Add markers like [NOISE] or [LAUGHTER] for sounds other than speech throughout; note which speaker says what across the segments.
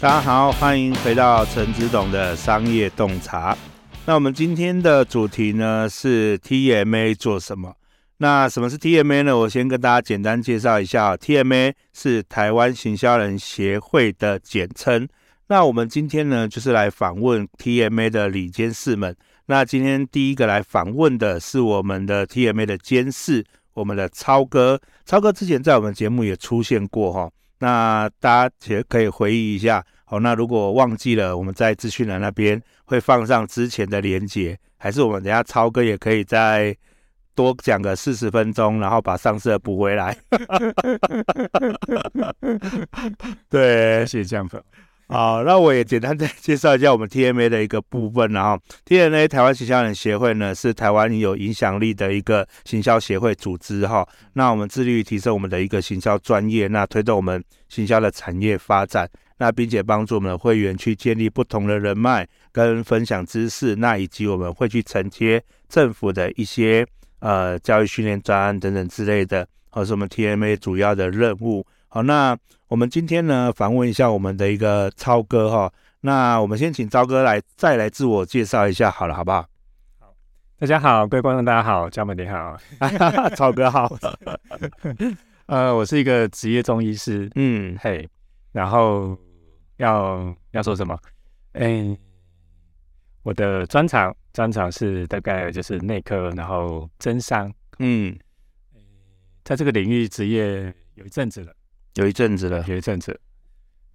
Speaker 1: 大家好，欢迎回到陈子董的商业洞察。那我们今天的主题呢是 TMA 做什么？那什么是 TMA 呢？我先跟大家简单介绍一下、哦、，TMA 是台湾行销人协会的简称。那我们今天呢，就是来访问 TMA 的里监事们。那今天第一个来访问的是我们的 TMA 的监事，我们的超哥。超哥之前在我们节目也出现过哈、哦，那大家也可以回忆一下。好、哦，那如果忘记了，我们在资讯栏那边会放上之前的连接，还是我们等下超哥也可以再多讲个四十分钟，然后把上次的补回来。 [LAUGHS] 对，
Speaker 2: 谢谢酱粉。
Speaker 1: 好，那我也简单再介绍一下我们 TMA 的一个部分，然后 TMA 台湾行销人协会呢是台湾有影响力的一个行销协会组织哈。那我们致力于提升我们的一个行销专业，那推动我们行销的产业发展，那并且帮助我们的会员去建立不同的人脉跟分享知识，那以及我们会去承接政府的一些呃教育训练专案等等之类的，或是我们 TMA 主要的任务。好，那我们今天呢，访问一下我们的一个超哥哈、哦。那我们先请超哥来再来自我介绍一下好了，好不好？
Speaker 2: 大家好，各位观众大家好，嘉门你好， [LAUGHS]
Speaker 1: 超哥好。
Speaker 2: 呃，我是一个职业中医师，
Speaker 1: 嗯，
Speaker 2: 嘿，然后要要说什么？哎、我的专长专长是大概就是内科，然后增伤，
Speaker 1: 嗯，
Speaker 2: 在这个领域职业有一阵子了，
Speaker 1: 有一阵子了，
Speaker 2: 有一阵子，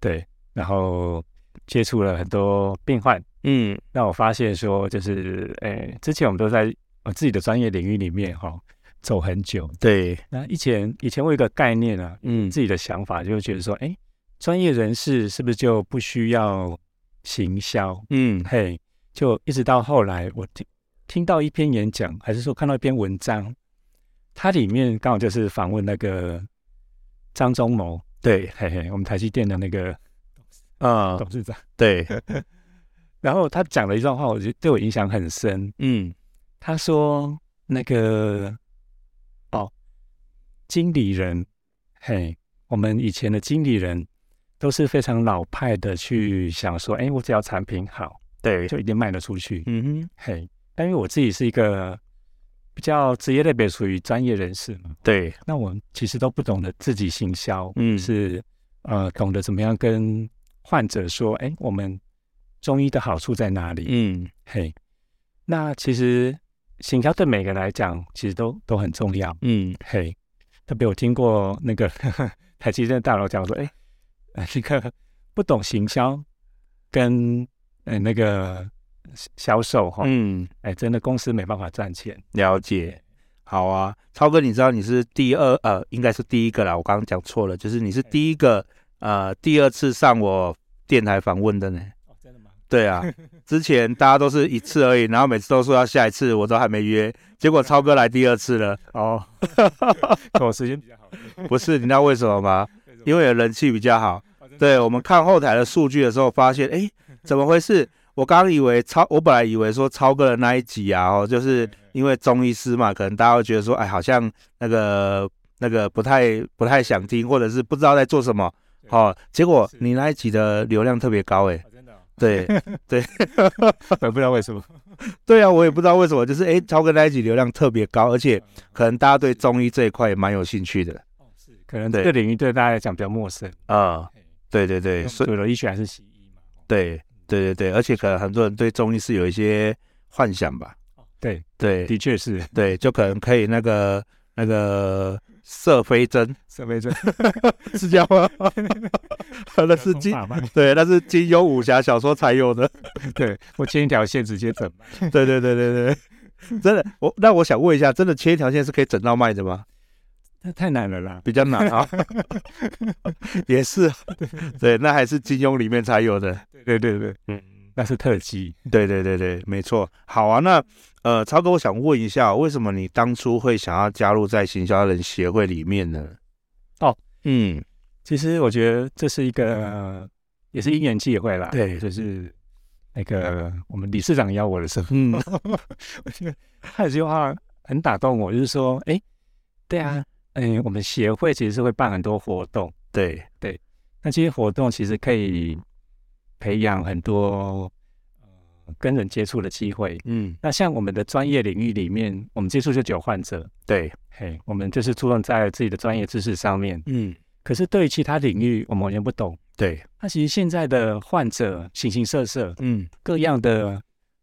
Speaker 2: 对，然后接触了很多病患，
Speaker 1: 嗯
Speaker 2: 让我发现说，就是哎、之前我们都在我自己的专业领域里面哈、走很久，
Speaker 1: 对，
Speaker 2: 那以前以前我有一个概念啊，
Speaker 1: 嗯
Speaker 2: 自己的想法，就会觉得说，哎，专业人士是不是就不需要行销？
Speaker 1: 嗯
Speaker 2: 嘿，就一直到后来，我听听到一篇演讲，还是说看到一篇文章，它里面刚好就是访问那个张忠谋，
Speaker 1: 对，
Speaker 2: 嘿嘿，我们台积电的那个
Speaker 1: 啊、
Speaker 2: 董事长。
Speaker 1: 对，
Speaker 2: 然后他讲了一段话，我觉得对我影响很深。
Speaker 1: 嗯
Speaker 2: 他说那个哦，经理人，嘿，我们以前的经理人都是非常老派的，去想说，哎，我只要产品好，
Speaker 1: [LAUGHS] 对，
Speaker 2: 就一定卖得出去，
Speaker 1: 嗯哼，
Speaker 2: 嘿。但因为我自己是一个比较职业类别属于专业人士嘛，
Speaker 1: 对，
Speaker 2: 那我们其实都不懂得自己行销，
Speaker 1: 嗯
Speaker 2: 是呃，懂得怎么样跟患者说，哎，我们中医的好处在哪里？
Speaker 1: 嗯
Speaker 2: 嘿，那其实行销对每个人来讲，其实都都很重要。
Speaker 1: 嗯
Speaker 2: 嘿，特别我听过那个 [LAUGHS] 台积电大佬讲说，哎、呃那个不懂行销跟呃那个销售哈，哎、
Speaker 1: 嗯，
Speaker 2: 真的公司没办法赚钱。
Speaker 1: 了解。好啊，超哥，你知道你是第二呃，应该是第一个啦，我刚刚讲错了，就是你是第一个呃，第二次上我电台访问的呢。
Speaker 2: 哦，真的吗？
Speaker 1: 对啊，之前大家都是一次而已，然后每次都说要下一次，我都还没约，结果超哥来第二次了。
Speaker 2: 哦，我时 [LAUGHS] 间比较好，
Speaker 1: [LAUGHS] 不是，你知道为什么哦吗？因为人气比较好。
Speaker 2: 对，
Speaker 1: 对我们看后台的数据的时候，发现 [LAUGHS] 哎，怎么回事？我刚以为超，我本来以为说超哥的那一集啊，哦，就是因为中医师嘛，可能大家会觉得说，哎，好像那个那个不太不太想听，或者是不知道在做什么。哦，结果
Speaker 2: 是
Speaker 1: 你那一集的流量特别高哎，
Speaker 2: 真的、哦
Speaker 1: [LAUGHS] 对
Speaker 2: 我 [LAUGHS] 不知道为什么。
Speaker 1: 对啊，我也不知道为什么，就是哎，超哥那一集流量特别高，而且可能大家对中医这一块也蛮有兴趣的。
Speaker 2: 哦，是，可能
Speaker 1: 对
Speaker 2: 这个领域对大家来讲比较陌生。
Speaker 1: 啊、
Speaker 2: 嘿
Speaker 1: 对对对，所以
Speaker 2: 主流医学还是西医嘛。哦
Speaker 1: 对对对对，而且可能很多人对中医是有一些幻想吧？
Speaker 2: 对，
Speaker 1: 对
Speaker 2: 的确是
Speaker 1: 对，就可能可以那个那个射飞针
Speaker 2: 设 [LAUGHS] 备症，
Speaker 1: 是这样吗？ [LAUGHS] 那是金
Speaker 2: 法嘛。
Speaker 1: 对，那是金庸武侠小说才有 [LAUGHS] 的。
Speaker 2: 对我牵一条线直接整脉，
Speaker 1: 对对对对对，真的。我那我想问一下，真的切一条线是可以整到脉的吗？
Speaker 2: 那太难了啦。
Speaker 1: 比较难 [LAUGHS] 啊，也是，啊对，那还是金庸里面才有的。
Speaker 2: 对对对，
Speaker 1: 嗯。
Speaker 2: 那是特技。
Speaker 1: 对对对对，没错。好啊，那呃，超哥，我想问一下，为什么你当初会想要加入在行销人协会里面呢？
Speaker 2: 哦，
Speaker 1: 嗯，
Speaker 2: 其实我觉得这是一个，呃也是因缘际会啦。
Speaker 1: 对
Speaker 2: 就是那个我们理事长邀我的时候， [LAUGHS]
Speaker 1: 嗯
Speaker 2: 我觉得他有句话很打动我，就是说，哎，对啊，嗯，我们协会其实是会办很多活动，
Speaker 1: 对，
Speaker 2: 那这些活动其实可以培养很多呃跟人接触的机会。
Speaker 1: 嗯，
Speaker 2: 那像我们的专业领域里面，我们接触就酒患者，
Speaker 1: 对，
Speaker 2: 嘿，我们就是注重在自己的专业知识上面。
Speaker 1: 嗯，
Speaker 2: 可是对于其他领域，我们完全不懂。
Speaker 1: 对，
Speaker 2: 那其实现在的患者形形色色，
Speaker 1: 嗯，
Speaker 2: 各样的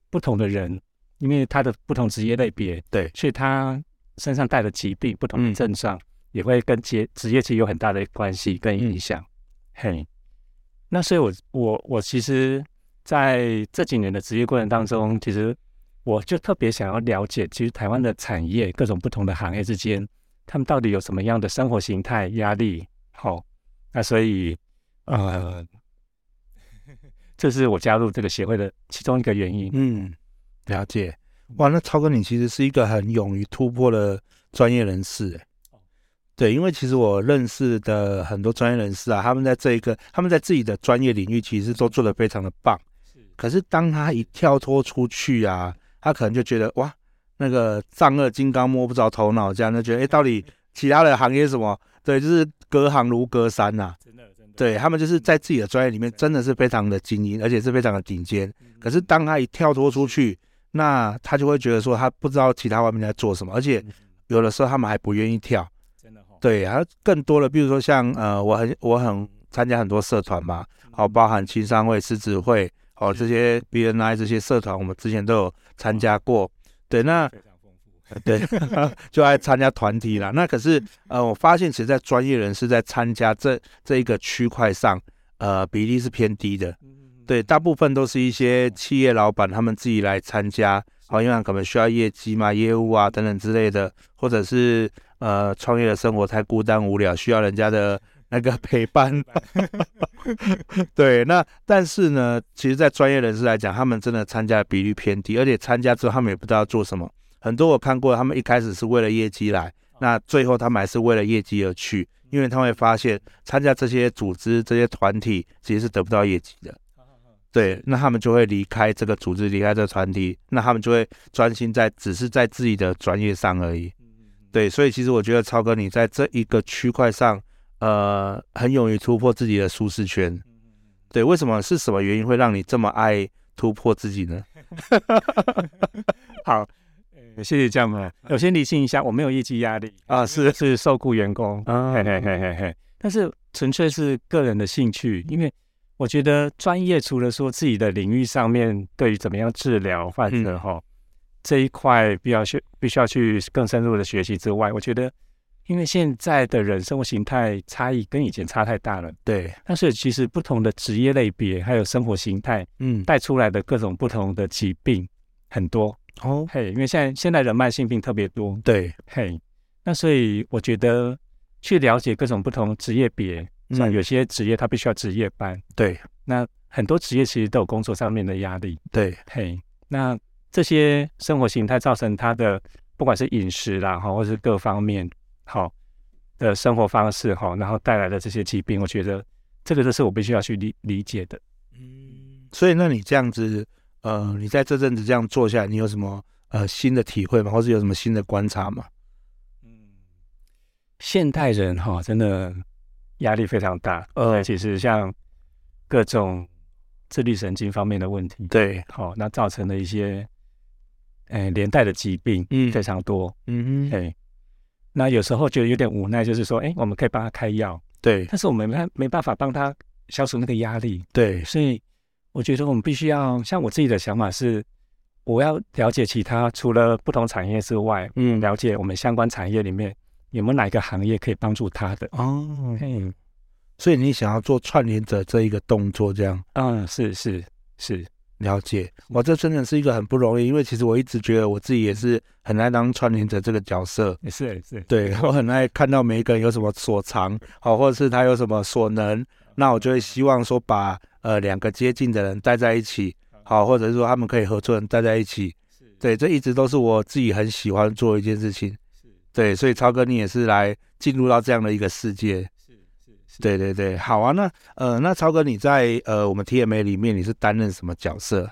Speaker 2: 不同的人，因为他的不同职业类别，
Speaker 1: 对
Speaker 2: 所以他身上带的疾病、不
Speaker 1: 嗯
Speaker 2: 同的症状，也会跟职职业其实有很大的关系跟影响。
Speaker 1: 嗯
Speaker 2: 嘿，那所以我我我其实在这几年的职业过程当中，其实我就特别想要了解，其实台湾的产业各种不同的行业之间，他们到底有什么样的生活形态、压力？好、那所以呃， [LAUGHS] 这是我加入这个协会的其中一个原因。
Speaker 1: 嗯，了解。哇，那超哥你其实是一个很勇于突破的专业人士，哎，
Speaker 2: 哦
Speaker 1: 对，因为其实我认识的很多专业人士啊，他们在这一个，他们在自己的专业领域其实都做得非常的棒，可是当他一跳脱出去啊，他可能就觉得哇，那个丈二金刚摸不着头脑，这样就觉得哎，诶到底其他的行业是什么？对，就是隔行如隔山呐、
Speaker 2: 真的真的
Speaker 1: 对他们就是在自己的专业里面真的是非常的精英，而且是非常的顶尖。可是当他一跳脱出去，那他就会觉得说他不知道其他外面在做什么，而
Speaker 2: 嗯
Speaker 1: 且有的时候他们还不愿意跳。
Speaker 2: 真的哈、
Speaker 1: 对，还有更多的，比如说像呃，我很我很参加很多社团嘛，
Speaker 2: 嗯
Speaker 1: 哦，包含青商会、狮子会，哦，这些 BNI 这些社团，我们之前都有参加过。对，那呃
Speaker 2: 非常丰富。嗯
Speaker 1: 对， [LAUGHS] 就爱参加团体啦。那可是呃，我发现其实，在专业人士在参加这这一个区块上，呃，比例是偏低的。
Speaker 2: 嗯
Speaker 1: 对，大部分都是一些企业老板他们自己来参加，好，因为可能需要业绩嘛、业务啊等等之类的，或者是呃创业的生活太孤单无聊，需要人家的那个陪伴。 [LAUGHS] 对，那但是呢，其实，在专业人士来讲，他们真的参加的比率偏低，而且参加之后他们也不知道做什么。很多我看过，他们一开始是为了业绩来，那最后他们还是为了业绩而去，因为他们会发现参加这些组织、这些团体其实是得不到业绩的。对，那他们就会离开这个组织，离开这个团体，那他们就会专心在只是在自己的专业上而已。对，所以其实我觉得超哥你在这一个区块上，呃，很勇于突破自己的舒适圈。对，为什么是什么原因会让你这么爱突破自己呢？
Speaker 2: 嗯 [LAUGHS] 好，呃谢谢这样嘛。我先理清一下，我没有业绩压力
Speaker 1: 啊是
Speaker 2: 是受雇员工，
Speaker 1: 啊
Speaker 2: 嘿嘿嘿嘿嘿。但是纯粹是个人的兴趣，因为我觉得专业除了说自己的领域上面对于怎么样治疗患者
Speaker 1: 嗯
Speaker 2: 哈、这一块必要去必须要去更深入的学习之外，我觉得因为现在的人生活形态差异跟以前差太大了，
Speaker 1: 对，
Speaker 2: 但是其实不同的职业类别还有生活形态
Speaker 1: 嗯，
Speaker 2: 带出来的各种不同的疾病很多，
Speaker 1: 哦，
Speaker 2: 嘿，因为现在现在人慢性病特别多，
Speaker 1: 对，
Speaker 2: 嘿，那所以我觉得去了解各种不同职业别，像
Speaker 1: 嗯
Speaker 2: 有些职业它必须要值夜班，
Speaker 1: 对
Speaker 2: 那很多职业其实都有工作上面的压力，
Speaker 1: 对，
Speaker 2: 嘿，那这些生活形态造成他的不管是饮食啦，哈，或是各方面好的生活方式哈，然后带来的这些疾病，我觉得这个都是我必须要去理理解的。
Speaker 1: 嗯，所以那你这样子，呃，你在这阵子这样做下来，你有什么呃新的体会吗？或是有什么新的观察吗？
Speaker 2: 嗯现代人哈、真的压力非常大，
Speaker 1: 呃
Speaker 2: 尤其是像各种自律神经方面的问题，
Speaker 1: 对，
Speaker 2: 好、那造成了一些，哎，连带的疾病
Speaker 1: 嗯
Speaker 2: 非常多，
Speaker 1: 嗯哼，
Speaker 2: 哎、那有时候觉得有点无奈，就是说，哎，我们可以帮他开药，
Speaker 1: 对
Speaker 2: 但是我们没办没办法帮他消除那个压力，
Speaker 1: 对，
Speaker 2: 所以我觉得我们必须要，像我自己的想法是，我要了解其他除了不同产业之外，
Speaker 1: 嗯
Speaker 2: 了解我们相关产业里面有没有哪一个行业可以帮助他的。
Speaker 1: 哦，
Speaker 2: 嗯
Speaker 1: 所以你想要做串联者这一个动作，这样
Speaker 2: 嗯，是是是，
Speaker 1: 了解。哇，这真的是一个很不容易，因为其实我一直觉得我自己也是很爱当串联者这个角色。
Speaker 2: 也是也是，
Speaker 1: 对我很爱看到每一个人有什么所长，好、或者是他有什么所能，那我就会希望说把呃两个接近的人带在一起，好、或者是说他们可以合作的人带在一起。对，这一直都是我自己很喜欢做的一件事情。对，所以超哥你也是来进入到这样的一个世界。对对对，好啊，那呃，那超哥你在呃我们 TMA 里面你是担任什么角色？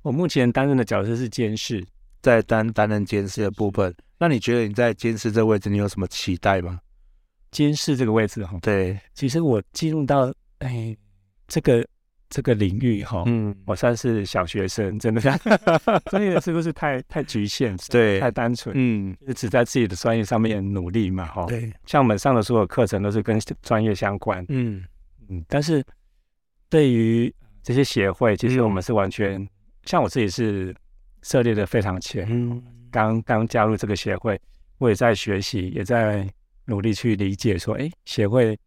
Speaker 2: 我目前担任的角色是监视。
Speaker 1: 在担担任监视的部分，那你觉得你在监视这位置你有什么期待吗？
Speaker 2: 监视这个位置哈，
Speaker 1: 对，
Speaker 2: 其实我进入到哎这个这个领域哈、
Speaker 1: 嗯，
Speaker 2: 我算是小学
Speaker 1: [LAUGHS]
Speaker 2: 生，真的，专业是不是太太局限，
Speaker 1: 对
Speaker 2: 太单纯，
Speaker 1: 嗯，
Speaker 2: 就是只在自己的专业上面努力嘛，哈、
Speaker 1: 对，
Speaker 2: 像我们上的所有课程都是跟专业相关，
Speaker 1: 嗯，
Speaker 2: 嗯，但是对于这些协会，其实我们是完全，像我自己是涉猎的非常浅，
Speaker 1: 嗯，
Speaker 2: 刚刚加入这个协会，我也在学习，也在努力去理解说，哎，协会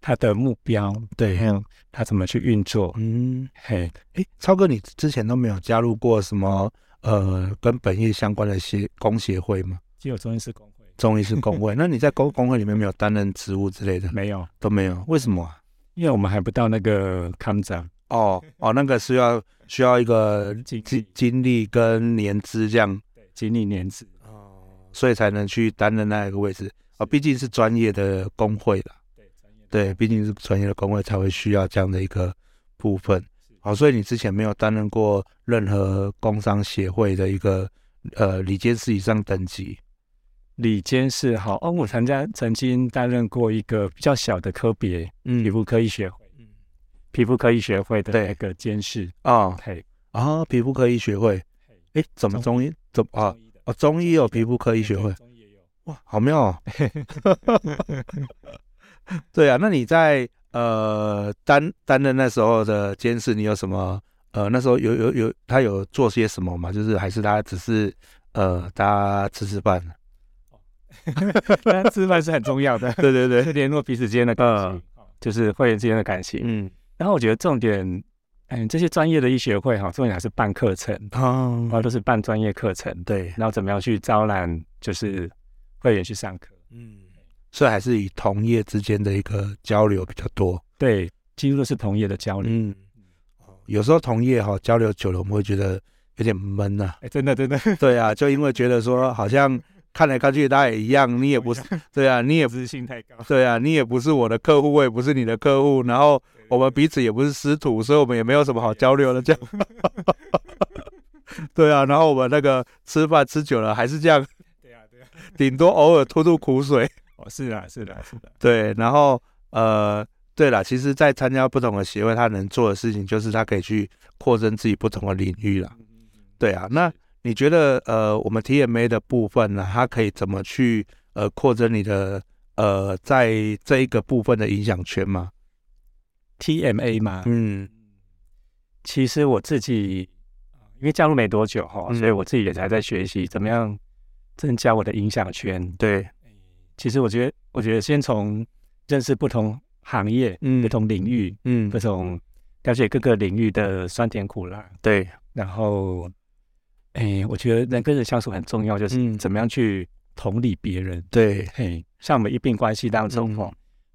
Speaker 2: 它的目标，
Speaker 1: 对
Speaker 2: 还，有它怎么去运作，
Speaker 1: 嗯，
Speaker 2: 嘿，
Speaker 1: 哎，超哥，你之前都没有加入过什么呃跟本业相关的协工协会吗？
Speaker 2: 只有中医师工会
Speaker 1: 中医师工会，那你在工工会里面没有担任职务之类的
Speaker 2: 没有，
Speaker 1: 都没有，为什么啊、
Speaker 2: 因为我们还不到那个康长，
Speaker 1: 哦哦，那个是要需要一个
Speaker 2: 呃经
Speaker 1: 经经历跟年资这样，
Speaker 2: 经历年资，
Speaker 1: 所以才能去担任那一个位置哦，毕竟哦是专业的工会啦，对，毕竟是专业的工会才会需要这样的一个部分。好、所以你之前没有担任过任何工商协会的一个呃理监事以上等级，
Speaker 2: 里监事好，哦，我参加曾经担任过一个比较小的科别，
Speaker 1: 嗯
Speaker 2: 皮肤科医学会，
Speaker 1: 嗯
Speaker 2: 皮肤科医学会的
Speaker 1: 对
Speaker 2: 那个监事，
Speaker 1: 哦
Speaker 2: 嘿，
Speaker 1: 啊，皮肤科医学会，哎，怎么中医怎么啊？哦，中医有皮肤科医学会，
Speaker 2: 中医也有， [LAUGHS]
Speaker 1: 哇，好妙哦！ [LAUGHS] 对啊，那你在呃担担任那时候的监视，你有什么呃那时候有有有他有做些什么吗？就是还是他只是呃他吃吃饭？
Speaker 2: 当然吃饭是很重要的，
Speaker 1: [LAUGHS] 对对对，
Speaker 2: 是联络彼此间的感情
Speaker 1: 嗯，
Speaker 2: 就是会员之间的感情。
Speaker 1: 嗯，
Speaker 2: 然后我觉得重点，嗯，这些专业的医学会哈，重点还是办课程，然
Speaker 1: 哦，
Speaker 2: 后都是办专业课程，
Speaker 1: 对，
Speaker 2: 然后怎么样去招揽就是会员去上课，
Speaker 1: 嗯，所以还是以同业之间的一个交流比较多。
Speaker 2: 对，几乎都是同业的交流。
Speaker 1: 嗯，有时候同业哈、交流久了，我们会觉得有点闷呐、
Speaker 2: 哎，真的真的，
Speaker 1: [LAUGHS] 对啊，就因为觉得说好像看来看去大家也一样，你也不是对啊，你也
Speaker 2: 自信太高。 [LAUGHS]
Speaker 1: 对啊，你也不是我的客户，我也不是你的客户，然后我们彼此也不是师徒，所以我们也没有什么好交流的，
Speaker 2: [LAUGHS]
Speaker 1: 这样。对啊，然后我们那个吃饭吃久了还是这样，
Speaker 2: 对啊对啊，
Speaker 1: 顶多偶尔吐吐苦水。
Speaker 2: 哦是啊是的是的，
Speaker 1: 对，然后呃，对了，其实，在参加不同的协会，他能做的事情就是他可以去扩增自己不同的领域啦。对啊，那你觉得呃，我们 TMA 的部分呢，它可以怎么去呃扩增你的呃在这一个部分的影响圈吗？
Speaker 2: TMA 嘛，
Speaker 1: 嗯
Speaker 2: 其实我自己呃因为加入没多久哈、
Speaker 1: 嗯
Speaker 2: 所以我自己也还在学习怎么样增加我的影响圈。，
Speaker 1: 对，
Speaker 2: 其实我觉得，我觉得先从认识不同行业、
Speaker 1: 嗯
Speaker 2: 不同领域、
Speaker 1: 嗯
Speaker 2: 不同了解各个领域的酸甜苦辣，
Speaker 1: 对，
Speaker 2: 然后，哎，我觉得人跟人相处很重要，就是
Speaker 1: 嗯
Speaker 2: 怎么样去同理别人。
Speaker 1: 对，
Speaker 2: 嘿，像我们一病关系当中
Speaker 1: 嗯
Speaker 2: 哈、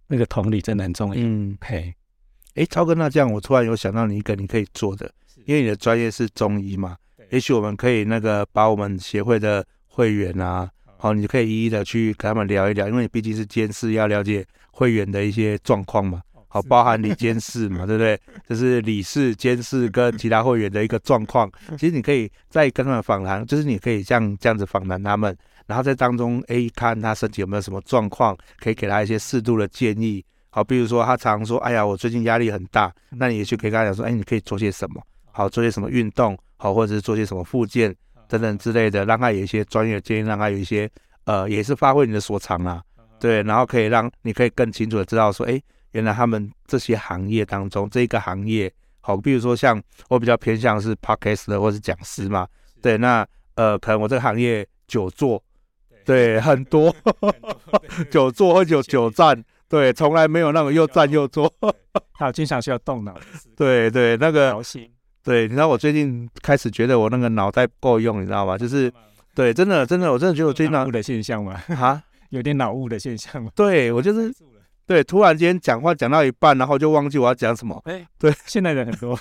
Speaker 2: 那个同理真的很重要。
Speaker 1: 嗯，
Speaker 2: 嘿，
Speaker 1: 诶，超哥，那这样我突然有想到你一个你可以做的，因为你的专业是中医嘛，也许我们可以那个把我们协会的会员啊，好、你可以一一的去跟他们聊一聊，因为你毕竟是监事，要了解会员的一些状况嘛。好，包含理监事嘛，对不对？就是理事、监事跟其他会员的一个状况。其实你可以再跟他们访谈，就是你可以这样这样子访谈他们，然后在当中，诶，看他身体有没有什么状况，可以给他一些适度的建议。好，比如说他常说，哎呀，我最近压力很大，那你也许可以跟他讲说，哎，你可以做些什么？好，做些什么运动？好，或者是做些什么复健等等之类的，让他有一些专业的建议，让他有一些呃，也是发挥你的所长啦、对，然后可以让你可以更清楚的知道说，哎，原来他们这些行业当中，这个行业，好，比如说像我比较偏向是 podcast 的或是讲师嘛，对，那呃，可能我这个行业久坐，对， [LAUGHS] 很多 [LAUGHS] 久坐或久久站，对，从来没有那种又站又坐，
Speaker 2: 还有经常需要动脑的事，
Speaker 1: [LAUGHS] 对对，那个
Speaker 2: 劳心。
Speaker 1: 对，你知道我最近开始觉得我那个脑袋不够用，你知道吗？就是对，真的真的，我真的觉得我最近
Speaker 2: 脑
Speaker 1: 脑
Speaker 2: 雾的现象嘛，
Speaker 1: 啊，
Speaker 2: 有点脑雾的现象嘛。
Speaker 1: 对我就是对，突然间讲话讲到一半，然后就忘记我要讲什么。
Speaker 2: 哎，
Speaker 1: 对，
Speaker 2: 现在人很多，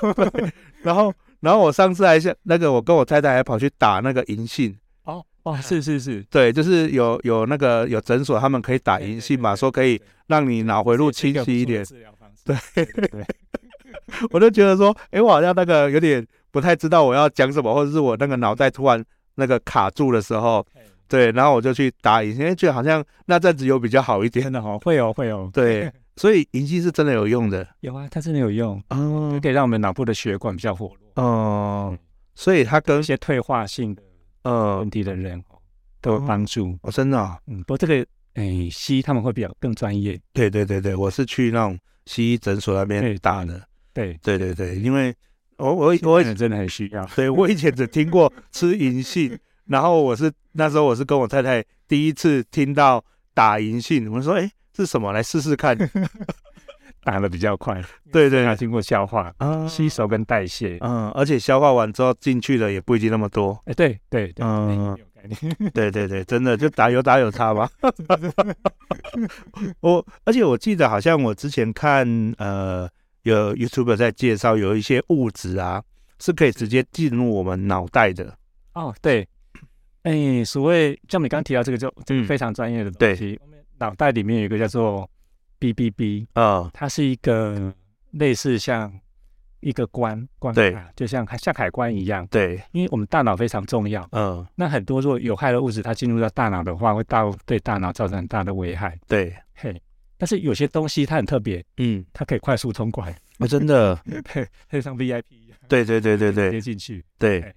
Speaker 1: 然后，然后我上次还是那个，我跟我太太还跑去打那个银杏，
Speaker 2: 哦哦，是是是，
Speaker 1: 对，就是有有那个有诊所，他们可以打
Speaker 2: 对
Speaker 1: 银
Speaker 2: 对
Speaker 1: 杏嘛，
Speaker 2: 对
Speaker 1: 说可以让你脑回路
Speaker 2: 这也
Speaker 1: 清
Speaker 2: 是
Speaker 1: 晰一
Speaker 2: 个不错的
Speaker 1: 点。
Speaker 2: 治疗方式
Speaker 1: 对
Speaker 2: 对对，
Speaker 1: 我就觉得说，诶，我好像那个有点不太知道我要讲什么，或者是我那个脑袋突然那个卡住的时候，对，然后我就去打银杏，诶觉得好像那阵子有比较好一点
Speaker 2: 真。的哦，会哦会哦，
Speaker 1: 对，所以银杏是真的有用的
Speaker 2: 有啊，它真的有用，
Speaker 1: 哦
Speaker 2: 它可以让我们脑部的血管比较活络，
Speaker 1: 哦，所以它
Speaker 2: 一
Speaker 1: 跟
Speaker 2: 些退化性的
Speaker 1: 呃
Speaker 2: 问题的人哦都有帮助。
Speaker 1: 哦真的哦
Speaker 2: 嗯，不过这个哎，西医他们会比较更专业，
Speaker 1: 对对对对，我是去那种西医诊所那边
Speaker 2: 对
Speaker 1: 打的，
Speaker 2: 对，
Speaker 1: 对对对，因为我我我
Speaker 2: 可能真的很需要。
Speaker 1: 对我以前只听过吃银杏，然后我是那时候我是跟我太太第一次听到打银杏，我们说哎是什么来试试
Speaker 2: [LAUGHS]
Speaker 1: 看，
Speaker 2: 打的比较快，
Speaker 1: 对对
Speaker 2: 它经过消化、
Speaker 1: 啊
Speaker 2: 吸收跟代谢。
Speaker 1: 嗯，而且消化完之后进去的也不一定那么多，
Speaker 2: 哎，对对对，哎
Speaker 1: 嗯
Speaker 2: 你有概念。
Speaker 1: 对对对，真的就打有打有差吧。 [LAUGHS] 我而且我记得好像我之前看呃有 YouTube 在介绍有一些物质啊是可以直接进入我们脑袋的，
Speaker 2: 哦，对，哎，所谓像你刚刚提到这个，就这
Speaker 1: 嗯
Speaker 2: 个非常专业的
Speaker 1: 对
Speaker 2: 东西。我们脑袋里面有一个叫做 BBB，
Speaker 1: 嗯
Speaker 2: 它是一个类似像一个关关
Speaker 1: 对
Speaker 2: 卡，就像像海关一样，
Speaker 1: 对，
Speaker 2: 因为我们大脑非常重要。
Speaker 1: 嗯
Speaker 2: 那很多如果有害的物质它进入到大脑的话，会大对大脑造成很大的危害。
Speaker 1: 对，
Speaker 2: 嘿，但是有些东西它很特别，
Speaker 1: 嗯，
Speaker 2: 它可以快速通关， [LAUGHS]
Speaker 1: [LAUGHS] 我、哦真的，
Speaker 2: 嘿它就像 VIP 一样
Speaker 1: 对对对对
Speaker 2: 直
Speaker 1: 对
Speaker 2: 接进去。
Speaker 1: 对
Speaker 2: 嘿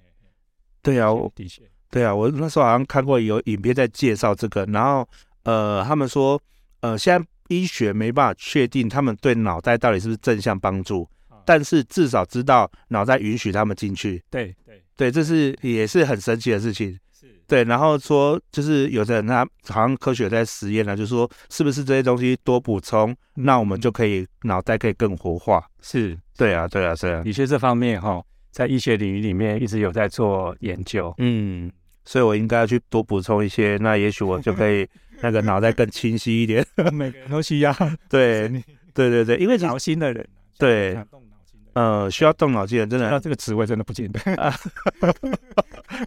Speaker 1: 对啊，我
Speaker 2: 的确，
Speaker 1: 对啊，我那时候好像看过有影片在介绍这个，然后呃，他们说呃，现在医学没办法确定他们对脑袋到底是不是正向帮助，但是至少知道脑袋允许他们进去，
Speaker 2: 对对
Speaker 1: 对，这是也是很神奇的事情。
Speaker 2: 是，
Speaker 1: 对，然后说就是有的人他好像科学在实验啊了，就说是不是这些东西多补充，那我们就可以脑袋可以更活化。
Speaker 2: 是
Speaker 1: 对啊，对啊，对啊，
Speaker 2: 的确这方面哈，在医学领域里面一直有在做研
Speaker 1: [LAUGHS]
Speaker 2: 究。
Speaker 1: 嗯，所以我应该要去多补充一些，那也许我就可
Speaker 2: [LAUGHS]
Speaker 1: 以那个脑袋更清晰一点。
Speaker 2: 每个人都需要
Speaker 1: [LAUGHS] 对，对对对，因为其实
Speaker 2: 脑筋的人，
Speaker 1: 对
Speaker 2: 想动脑筋的人。
Speaker 1: 呃需要动脑筋的，真
Speaker 2: 那
Speaker 1: 的，
Speaker 2: 这个职位真的不简
Speaker 1: [LAUGHS]
Speaker 2: 单，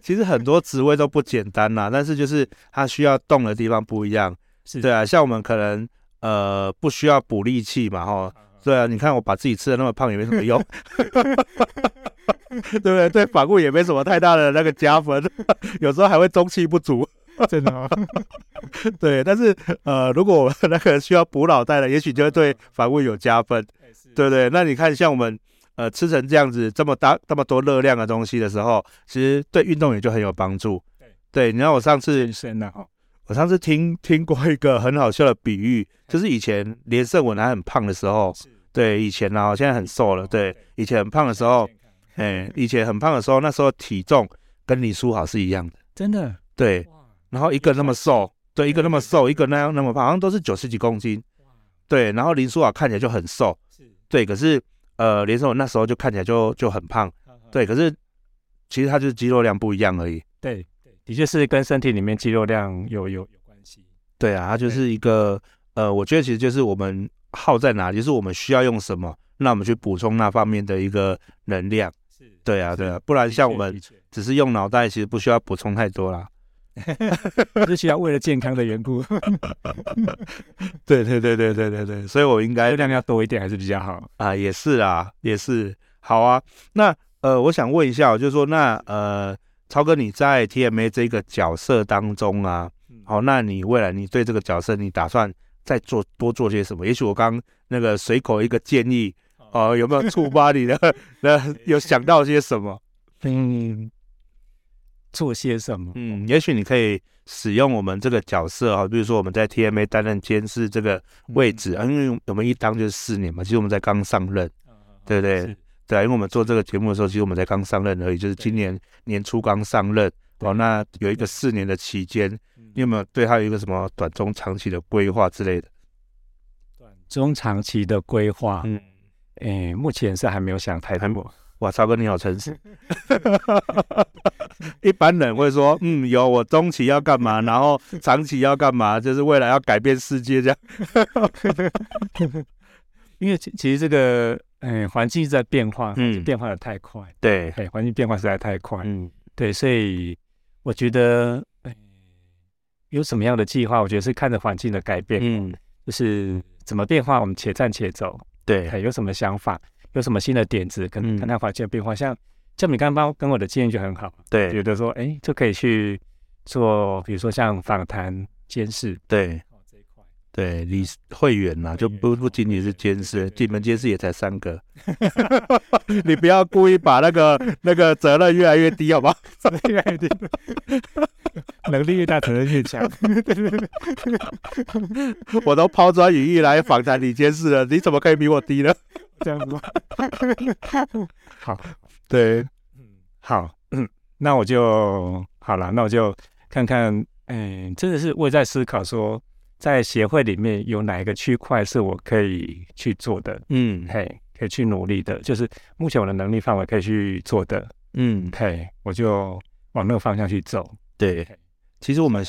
Speaker 1: 其实很多职位都不简单啦，但是就是它需要动的地方不一样。
Speaker 2: [LAUGHS] 是
Speaker 1: 对啊，像我们可能呃不需要补力气嘛，哈。对啊，你看我把自己吃的那么胖也没什么用， [LAUGHS] 对不对？对法务也没什么太大的那个加分， [LAUGHS] 有时候还会中气不足。
Speaker 2: 真的哦。
Speaker 1: 对，但是呃，如果我们那个需要补脑袋的，也许就会对法务有加分，对不对？那你看，像我们呃吃成这样子这么大这么多热量的东西的时候，其实对运动也就很有帮助。对，你看我上次
Speaker 2: 健身呐，
Speaker 1: [LAUGHS]
Speaker 2: 哦哈，
Speaker 1: 我上次听听过一个很好笑的比喻，就是以前连胜文还很胖的时候，对，以前啊，现在很瘦了，对，以前很胖的时候，哎，以前很胖的时候，那时候体重跟李书豪是一样的，
Speaker 2: 真的
Speaker 1: 对，
Speaker 2: 哇，
Speaker 1: 然后一个那么瘦，对，一个那么瘦，一个那样那么胖，好像都是九十几公斤，对，然后林书豪看起来就很瘦，对，可是呃，连胜文那时候就看起来就就很胖，对，可是其实他就是肌肉量不一样而已，
Speaker 2: 对对，的确是跟身体里面肌肉量有有有关系。
Speaker 1: 对啊，它就是一个呃，我觉得其实就是我们耗在哪里，就是我们需要用什么，那我们去补充那方面的一个能量。
Speaker 2: 是，
Speaker 1: 对啊，对啊，不然像我们只是用脑袋，其实不需要补充太多啦。
Speaker 2: 是需要为了健康的缘
Speaker 1: [LAUGHS]
Speaker 2: 故，[LAUGHS]
Speaker 1: 对对对对对对对，所以我应该
Speaker 2: 热量要多一点还是比较好。
Speaker 1: 啊、也是啊，也是好啊。那呃，我想问一下哦，就是说那呃，超哥你在 TMA 这个角色当中啊，
Speaker 2: 嗯
Speaker 1: 好，那你未来你对这个角色你打算再做多做些什么？也许我刚那个随口一个建议，哦、有没有触发你的？那有想到些什么？
Speaker 2: 嗯，做些什么？
Speaker 1: 嗯，也许你可以使用我们这个角色啊，比如说我们在 TMA 担任监事这个位置啊，因为我们一当就是四年嘛，其实我们才刚上任，对不对
Speaker 2: 嗯是？
Speaker 1: 对啊，因为我们做这个节目的时候，其实我们才刚上任而已，就是今年年初刚上任。哦，那有一个四年的期间，
Speaker 2: 嗯
Speaker 1: 你有没有对他有一个什么短中长期的规划之类的？
Speaker 2: 中长期的规划，
Speaker 1: 嗯，
Speaker 2: 哎，目前是还没有想太
Speaker 1: 还
Speaker 2: 多。
Speaker 1: 哎哇，超哥你好诚 [LAUGHS] 实。一般人会说，嗯，有我中期要干嘛，然后长期要干嘛，就是未来要改变世界这样。
Speaker 2: 因为其其实这个，哎，环境一直在变化，
Speaker 1: 嗯
Speaker 2: 变化的太快，
Speaker 1: 对，
Speaker 2: 哎，环境变化实在太快，
Speaker 1: 嗯
Speaker 2: 对，所以我觉得，哎，有什么样的计划，我觉得是看着环境的改变，
Speaker 1: 嗯，
Speaker 2: 就是怎么变化，我们且战且走。
Speaker 1: 对，
Speaker 2: 哎，有什么想法，有什么新的点子，可能
Speaker 1: 嗯
Speaker 2: 看看环境的变化。像像你刚刚跟我的建议就很好，觉
Speaker 1: 对，
Speaker 2: 得说，哎，就可以去做，比如说像访谈、监视
Speaker 1: 对，
Speaker 2: 哦 [LAUGHS] 这一块。
Speaker 1: 对，理事会员呐、就不不仅仅是监事，进门监事也才三 [LAUGHS] 个。你不要故意把那 [LAUGHS] 个那个责任越来越低，好 [LAUGHS] 不好？
Speaker 2: 越来越低， [LAUGHS] 能力越大，责任越强。
Speaker 1: 我都抛砖引玉来访谈李监事了，你怎么可以比我低呢？
Speaker 2: 这样子吗？好，
Speaker 1: 对，
Speaker 2: 好， [CLEARS THROAT] 嗯，那我就好了，那我就看看，嗯，真的是我也在思考说，在协会里面有哪一个区块是我可以去做的，
Speaker 1: 嗯
Speaker 2: 嘿，可以去努力的，就是目前我的能力范围可以去做的，
Speaker 1: 嗯，
Speaker 2: 嘿，我就往那个方向去走。
Speaker 1: 对。其实我们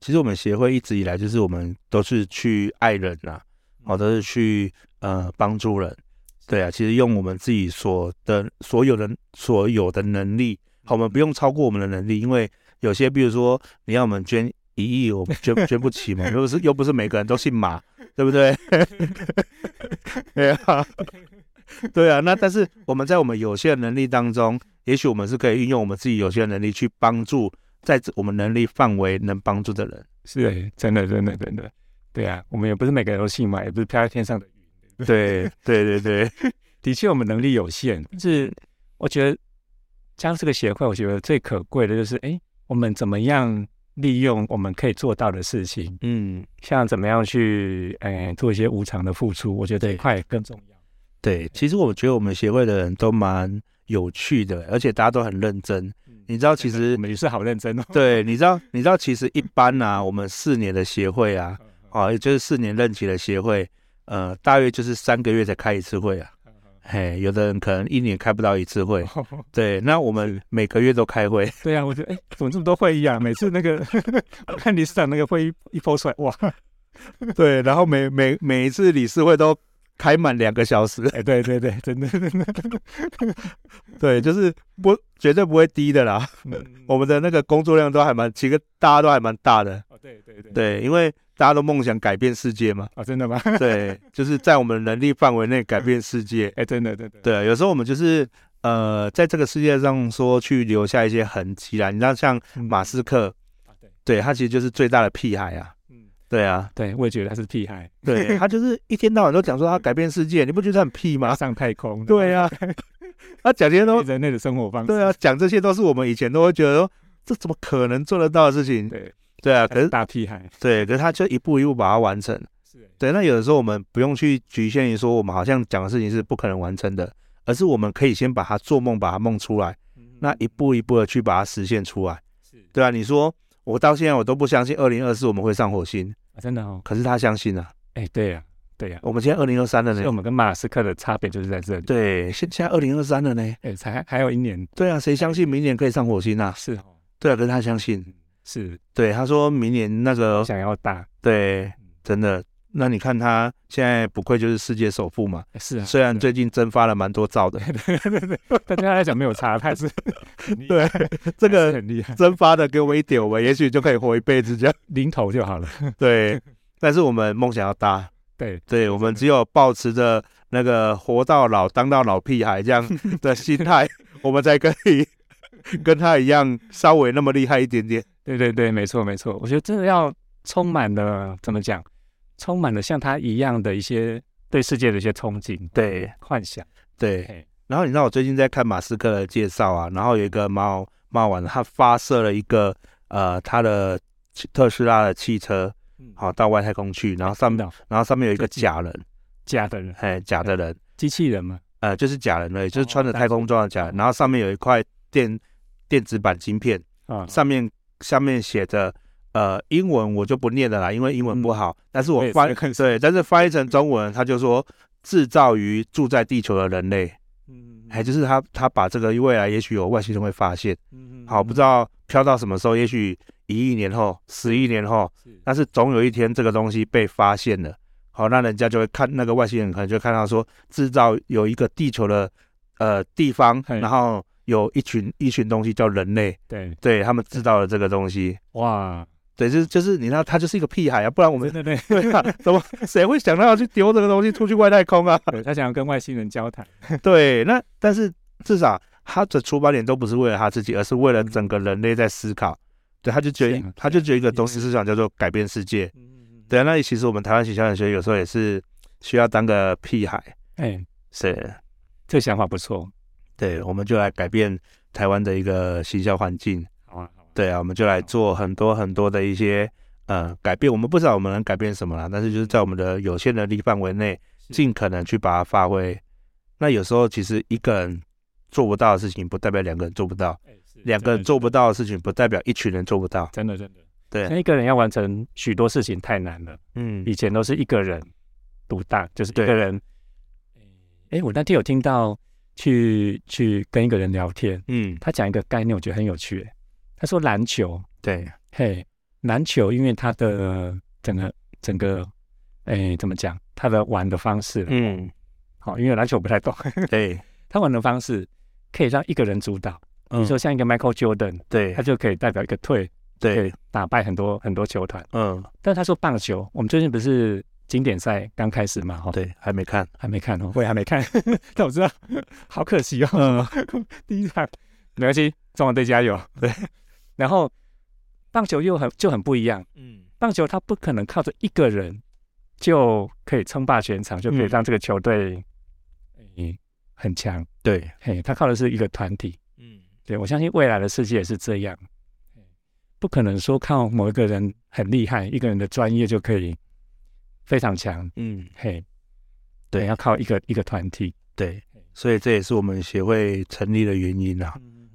Speaker 1: 其实我们协会一直以来就是我们都是去爱人呐、啊，哦，都是去呃帮助人，对啊，其实用我们自己所的所有的所有的能力，好，我们不用超过我们的能力，因为有些比如说你要我们捐一亿，我们捐捐不起嘛，又不是又不是每个人都姓马，对不对？对啊，对啊，那但是我们在我们有限的能力当中，也许我们是可以运用我们自己有限的能力去帮助在这我们能力范围能帮助的人。
Speaker 2: 是，真的，真的，真的，对啊，我们也不是每个人都信嘛，也不是飘在天上的云。
Speaker 1: 对对对对，
Speaker 2: 的确，我们能力有限，但是我觉得加入这个协会，我觉得最可贵的就是，哎，我们怎么样利用我们可以做到的事情，
Speaker 1: 嗯，
Speaker 2: 像怎么样去，哎，做一些无偿的付出，我觉得这一块更重要。
Speaker 1: 对。其实我觉得我们协会的人都蛮有趣的，而且大家都很认真。你知道，其
Speaker 2: 我
Speaker 1: 实
Speaker 2: 们也是好认真哦。
Speaker 1: 对，你知道，你知道，其实一般啊，我们四年的协会啊，啊，也就是四年任期的协会，呃，大约就是三个月才开一次会啊。嘿，有的人可能一年开不到一次会，对。那我们每个月都开 [LAUGHS] 会，
Speaker 2: 对啊，我觉得哎，怎么这么多会议啊？每次那个我看理事长那个会议一播出来，哇，
Speaker 1: 对。然后每每每一次理事会都开满两个小时，
Speaker 2: 哎，对对对，真的真的，
Speaker 1: 对，就是不绝对不会低的啦。
Speaker 2: 嗯
Speaker 1: 我们的那个工作量都还蛮，其实大家都还蛮大的。
Speaker 2: 哦，对对对，
Speaker 1: 对，因为大家都梦想改变世界
Speaker 2: [LAUGHS]
Speaker 1: 嘛。
Speaker 2: 哦，真的吗？
Speaker 1: 对，就是在我们能力范围内改变世界。
Speaker 2: [LAUGHS] 哎，真的真的，
Speaker 1: 对，有时候我们就是呃，在这个世界上说去留下一些痕迹啦。你知道，像
Speaker 2: 嗯
Speaker 1: 马斯克，
Speaker 2: 啊，对，
Speaker 1: 对他其实就是最大的屁孩啊。
Speaker 2: 嗯，
Speaker 1: 对
Speaker 2: [LAUGHS]
Speaker 1: 啊，
Speaker 2: 对，我也觉得他是屁孩，
Speaker 1: 对他就是一天到晚都讲说他改变世界，你不觉得他很屁
Speaker 2: 马 [LAUGHS]
Speaker 1: 吗？
Speaker 2: 上太空，
Speaker 1: 对
Speaker 2: [LAUGHS]
Speaker 1: 啊，他讲这些都
Speaker 2: 人类的生活方式，
Speaker 1: 对啊，讲这些都是我们以前都会觉得说这怎么可能做得到的事情。
Speaker 2: 对，
Speaker 1: 对啊，
Speaker 2: 他
Speaker 1: 可是
Speaker 2: 大屁孩，
Speaker 1: 对，可是他就一步一步把它完成。
Speaker 2: 是
Speaker 1: 对，那有的时候我们不用去局限于说我们好像讲的事情是不可能完成的，而是我们可以先把它做梦，把它梦出来，那一步一步的去把它实现出来。
Speaker 2: 嗯是
Speaker 1: 对啊，你说我到现在我都不相信二零二四我们会上火星，
Speaker 2: 啊真的哦，
Speaker 1: 可是他相信了。
Speaker 2: 哎，对呀，对呀，
Speaker 1: 我们现在二零二三了
Speaker 2: 所以我
Speaker 1: 呢，
Speaker 2: 们跟马斯克的差别就是在这里，
Speaker 1: 对，现现在二零二三了呢。
Speaker 2: 哎，才还有一年，
Speaker 1: 对啊，谁相信明年可以上火星啊？
Speaker 2: 是哦，
Speaker 1: 对啊，可是他相信。
Speaker 2: 是
Speaker 1: 对，他说明年那个
Speaker 2: 想要大，
Speaker 1: 对，真的。那你看他现在不愧就是世界首富嘛，
Speaker 2: 哎是啊，
Speaker 1: 虽然
Speaker 2: 是啊
Speaker 1: 最近蒸发了蛮多兆的，
Speaker 2: 对对对，但对他来讲没有差，他
Speaker 1: [LAUGHS]
Speaker 2: 还是
Speaker 1: 对这
Speaker 2: 这
Speaker 1: 个
Speaker 2: 个很厉害，
Speaker 1: 蒸发的给我们一点，我们也许就可以活一辈子这样。
Speaker 2: 零头就好了。
Speaker 1: 对，但是我们梦想要大，
Speaker 2: 对，
Speaker 1: 对我们只有保持着那个活到老当到老屁孩这样的心态，我们才可以跟他一样稍微那么厉害一点点。
Speaker 2: 对对对，没错没错，我觉得真的要充满了怎么讲，充满了像他一样的一些对世界的一些憧憬、
Speaker 1: 对
Speaker 2: 幻想。
Speaker 1: 对
Speaker 2: 嘿，
Speaker 1: 然后你知道我最近在看马斯克的介绍啊，然后有一个蛮好蛮好玩的，他发射了一个呃他的汽特斯拉的汽车，
Speaker 2: 嗯
Speaker 1: 好到外太空去，然后上
Speaker 2: 真
Speaker 1: 面
Speaker 2: 的哦
Speaker 1: 然后上面有一个假人，
Speaker 2: 假的人，
Speaker 1: 哎假的人，
Speaker 2: 机器人嘛，
Speaker 1: 呃就是假人而已，就是
Speaker 2: 哦
Speaker 1: 穿着太空装的假人，然后上面有一块电电子版晶片，
Speaker 2: 啊，
Speaker 1: 上面上面写着。呃，英文我就不念了啦，因为英文不好。但是我
Speaker 2: 嗯我也是
Speaker 1: 翻
Speaker 2: 看
Speaker 1: 对，但是翻译成中文，他就说制造于住在地球的人类。
Speaker 2: 嗯
Speaker 1: 哎，就是他他把这个未来也许有外星人会发现，
Speaker 2: 嗯
Speaker 1: 好，不知道飘到什么时候，也许一亿年后、十亿年后，
Speaker 2: 道
Speaker 1: 但是总有一天这个东西被发现了，好，那人家就会看那个外星人可能就会看到说制造有一个地球的呃地方，
Speaker 2: 嘿
Speaker 1: 然后有一群一群东西叫人类，
Speaker 2: 对，
Speaker 1: 对他们制造了这个东西。
Speaker 2: 哇，
Speaker 1: 对，就是就是，你知道他就是一个屁孩啊，不然我
Speaker 2: 对
Speaker 1: 们 [LAUGHS]
Speaker 2: 对对，
Speaker 1: 对啊，怎么谁会想到要去丢这个东西出去外太空啊？ [LAUGHS]
Speaker 2: 对他想要跟外星人交谈，
Speaker 1: 对，那但是至少他的出发点都不是为了他自己，而是为了整个人类在思考。对，他就觉
Speaker 2: 是
Speaker 1: 得
Speaker 2: 啊
Speaker 1: 他就觉得一个
Speaker 2: 对嗯
Speaker 1: 东西思想叫做改变世界。对啊，那其实我们台湾学校的学生有时候也是需要当个屁孩，
Speaker 2: 哎，
Speaker 1: 是，
Speaker 2: 这想法不错，
Speaker 1: 对，我们就来改变台湾的一个行销环境，
Speaker 2: 好啊，好啊，
Speaker 1: 对啊，我们就来做很多很多的一些呃改变，我们不知道我们能改变什么啦，但是就是在我们的有限能力范围内，
Speaker 2: 嗯
Speaker 1: 尽可能去把它发挥。那有时候其实一个人做不到的事情，不代表两个人做不到；
Speaker 2: 哎是
Speaker 1: 两个人做不到的事情，不代表一群人做不到。
Speaker 2: 真的真的，
Speaker 1: 对
Speaker 2: 像一个人要完成许多事情太难了，
Speaker 1: 嗯，
Speaker 2: 以前都是一个人独大，就是一
Speaker 1: 对
Speaker 2: 个人。哎，我那天有听到去去跟一个人聊天，
Speaker 1: 嗯，
Speaker 2: 他讲一个概念，我觉得很有趣。哎他说篮球，
Speaker 1: 对，
Speaker 2: 嘿，篮球因为它的整个整个，哎，怎么讲？它的玩的方式，
Speaker 1: 嗯，
Speaker 2: 好、因为篮球我不太懂， [LAUGHS]
Speaker 1: 对，
Speaker 2: 他玩的方式可以让一个人主导。比
Speaker 1: 嗯
Speaker 2: 如，说像一个 Michael Jordan，
Speaker 1: 对
Speaker 2: 他，就可以代表一个队，可
Speaker 1: 对
Speaker 2: 以，打败很多很多球团。
Speaker 1: 嗯，
Speaker 2: 但他说棒球，我们最近不是经典赛刚开始嘛？哈、
Speaker 1: 对，还没看，
Speaker 2: 还没看哦，我也还没看， [LAUGHS] 但我知道，好可惜哦， [LAUGHS] 第一场没关系，中国队加油。
Speaker 1: 对，
Speaker 2: 然后棒球又很就很不一样，
Speaker 1: 嗯，
Speaker 2: 棒球他不可能靠着一个人就可以称霸全场，就可以
Speaker 1: 嗯
Speaker 2: 让这个球队嗯很强。
Speaker 1: 对，
Speaker 2: 嘿，他靠的是一个团体。
Speaker 1: 嗯，
Speaker 2: 对我相信未来的世界也是这样，不可能说靠某一个人很厉害，一个人的专业就可以非常强。
Speaker 1: 嗯，
Speaker 2: 嘿，
Speaker 1: 对
Speaker 2: 要靠一个一个团体。
Speaker 1: 对，所以这也是我们协会成立的原因啊。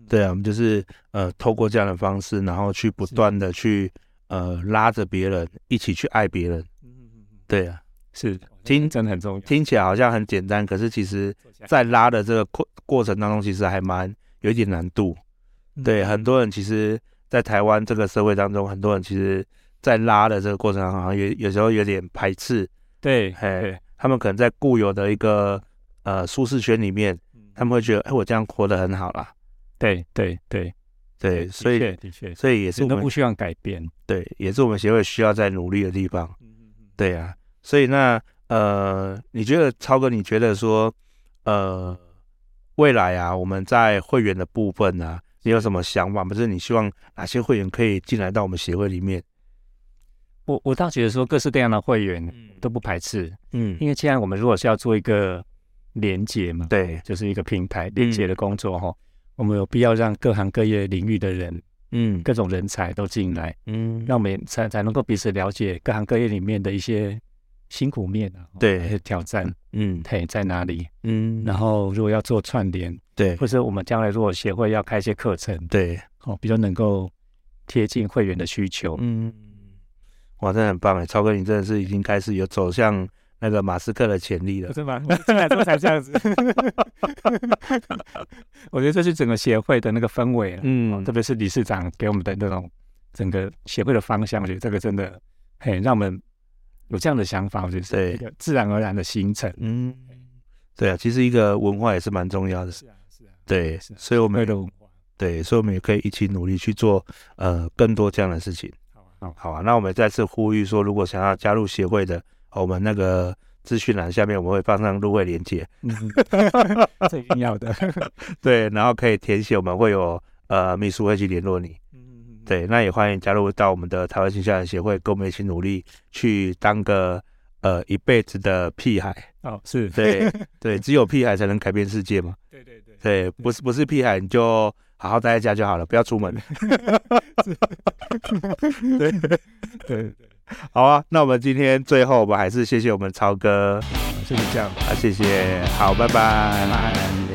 Speaker 2: 对，
Speaker 1: 对啊，我们就是呃，透过这样的方式，然后去不断的去呃拉着别人一起去爱别人。对啊，
Speaker 2: 是
Speaker 1: 听
Speaker 2: 真的很重要。
Speaker 1: 听起来好像很简单，可是其实在拉的这个过过程当中，其实还蛮有一点难度。对，很多人其实，在台湾这个社会当中，很多人其实，在拉的这个过程当中，好像有有时候有点排斥，
Speaker 2: 对，
Speaker 1: 嘿
Speaker 2: 对，
Speaker 1: 他们可能在固有的一个呃舒适圈里面，他们会觉得，哎，我这样活得很好啦。
Speaker 2: 对对对，
Speaker 1: 对，
Speaker 2: 的
Speaker 1: 所以
Speaker 2: 确的确，
Speaker 1: 所以也是
Speaker 2: 真
Speaker 1: 我
Speaker 2: 的
Speaker 1: 们
Speaker 2: 不需要改变。
Speaker 1: 对，也是我们协会需要在努力的地方。对啊，所以那呃，你觉得超哥，你觉得说呃，未来啊，我们在会员的部分啊，你有什么想法吗？不是你希望哪些会员可以进来到我们协会里面？
Speaker 2: 我我倒觉得说各式各样的会员
Speaker 1: 嗯
Speaker 2: 都不排斥，
Speaker 1: 嗯，
Speaker 2: 因为既然我们如果是要做一个连接嘛，
Speaker 1: 对，嗯
Speaker 2: 就是一个平台连接的工作哈，我们有必要让各行各业领域的人、
Speaker 1: 嗯
Speaker 2: 各种人才都进来，
Speaker 1: 嗯，
Speaker 2: 让我们也才才能够彼此了解各行各业里面的一些辛苦面啊，
Speaker 1: 对
Speaker 2: 还有挑战，
Speaker 1: 嗯
Speaker 2: 嘿，在哪里？
Speaker 1: 嗯，
Speaker 2: 然后如果要做串联，
Speaker 1: 对
Speaker 2: 或者我们将来如果协会要开一些课程，
Speaker 1: 对，
Speaker 2: 哦，比较能够贴近会员的需求。
Speaker 1: 嗯，哇，真的很棒哎，超哥，你真的是已经开始有走向那个马斯克的潜力了。
Speaker 2: 真吗？我进来之后才这样子，我觉得这是整个协会的那个氛围了。
Speaker 1: 嗯
Speaker 2: 特别是理事长给我们的那种整个协会的方向，我觉得这个真的很让我们有这样的想法，我觉得是
Speaker 1: 对
Speaker 2: 一个自然而然的形成。
Speaker 1: 嗯，对啊，其实一个文化也是蛮重要的。
Speaker 2: 啊，是啊，
Speaker 1: 对，
Speaker 2: 是啊
Speaker 1: 所以我
Speaker 2: 会
Speaker 1: 们
Speaker 2: 的文化，
Speaker 1: 对，所以我们也可以一起努力去做呃更多这样的事情。
Speaker 2: 好啊，好，
Speaker 1: 好啊，那我们再次呼吁说，如果想要加入协会的，哦我们那个资讯栏下面我们会放上入会链接，
Speaker 2: 这一定要的。
Speaker 1: 对，然后可以填写，我们会有呃秘书会去联络你。对，那也欢迎加入到我们的台湾形象协会，跟我们一起努力去当个呃一辈子的屁孩。
Speaker 2: 哦，是， [LAUGHS]
Speaker 1: 对对，只有屁孩才能改变世界嘛。
Speaker 2: 对对对，
Speaker 1: 对，不是不是屁孩，你就好好待在家就好了，不要出门。 [LAUGHS] 对
Speaker 2: 对，
Speaker 1: 好啊，那我们今天最后，我们还是谢谢我们超哥
Speaker 2: 就是这样。
Speaker 1: 啊，谢谢，好，拜拜。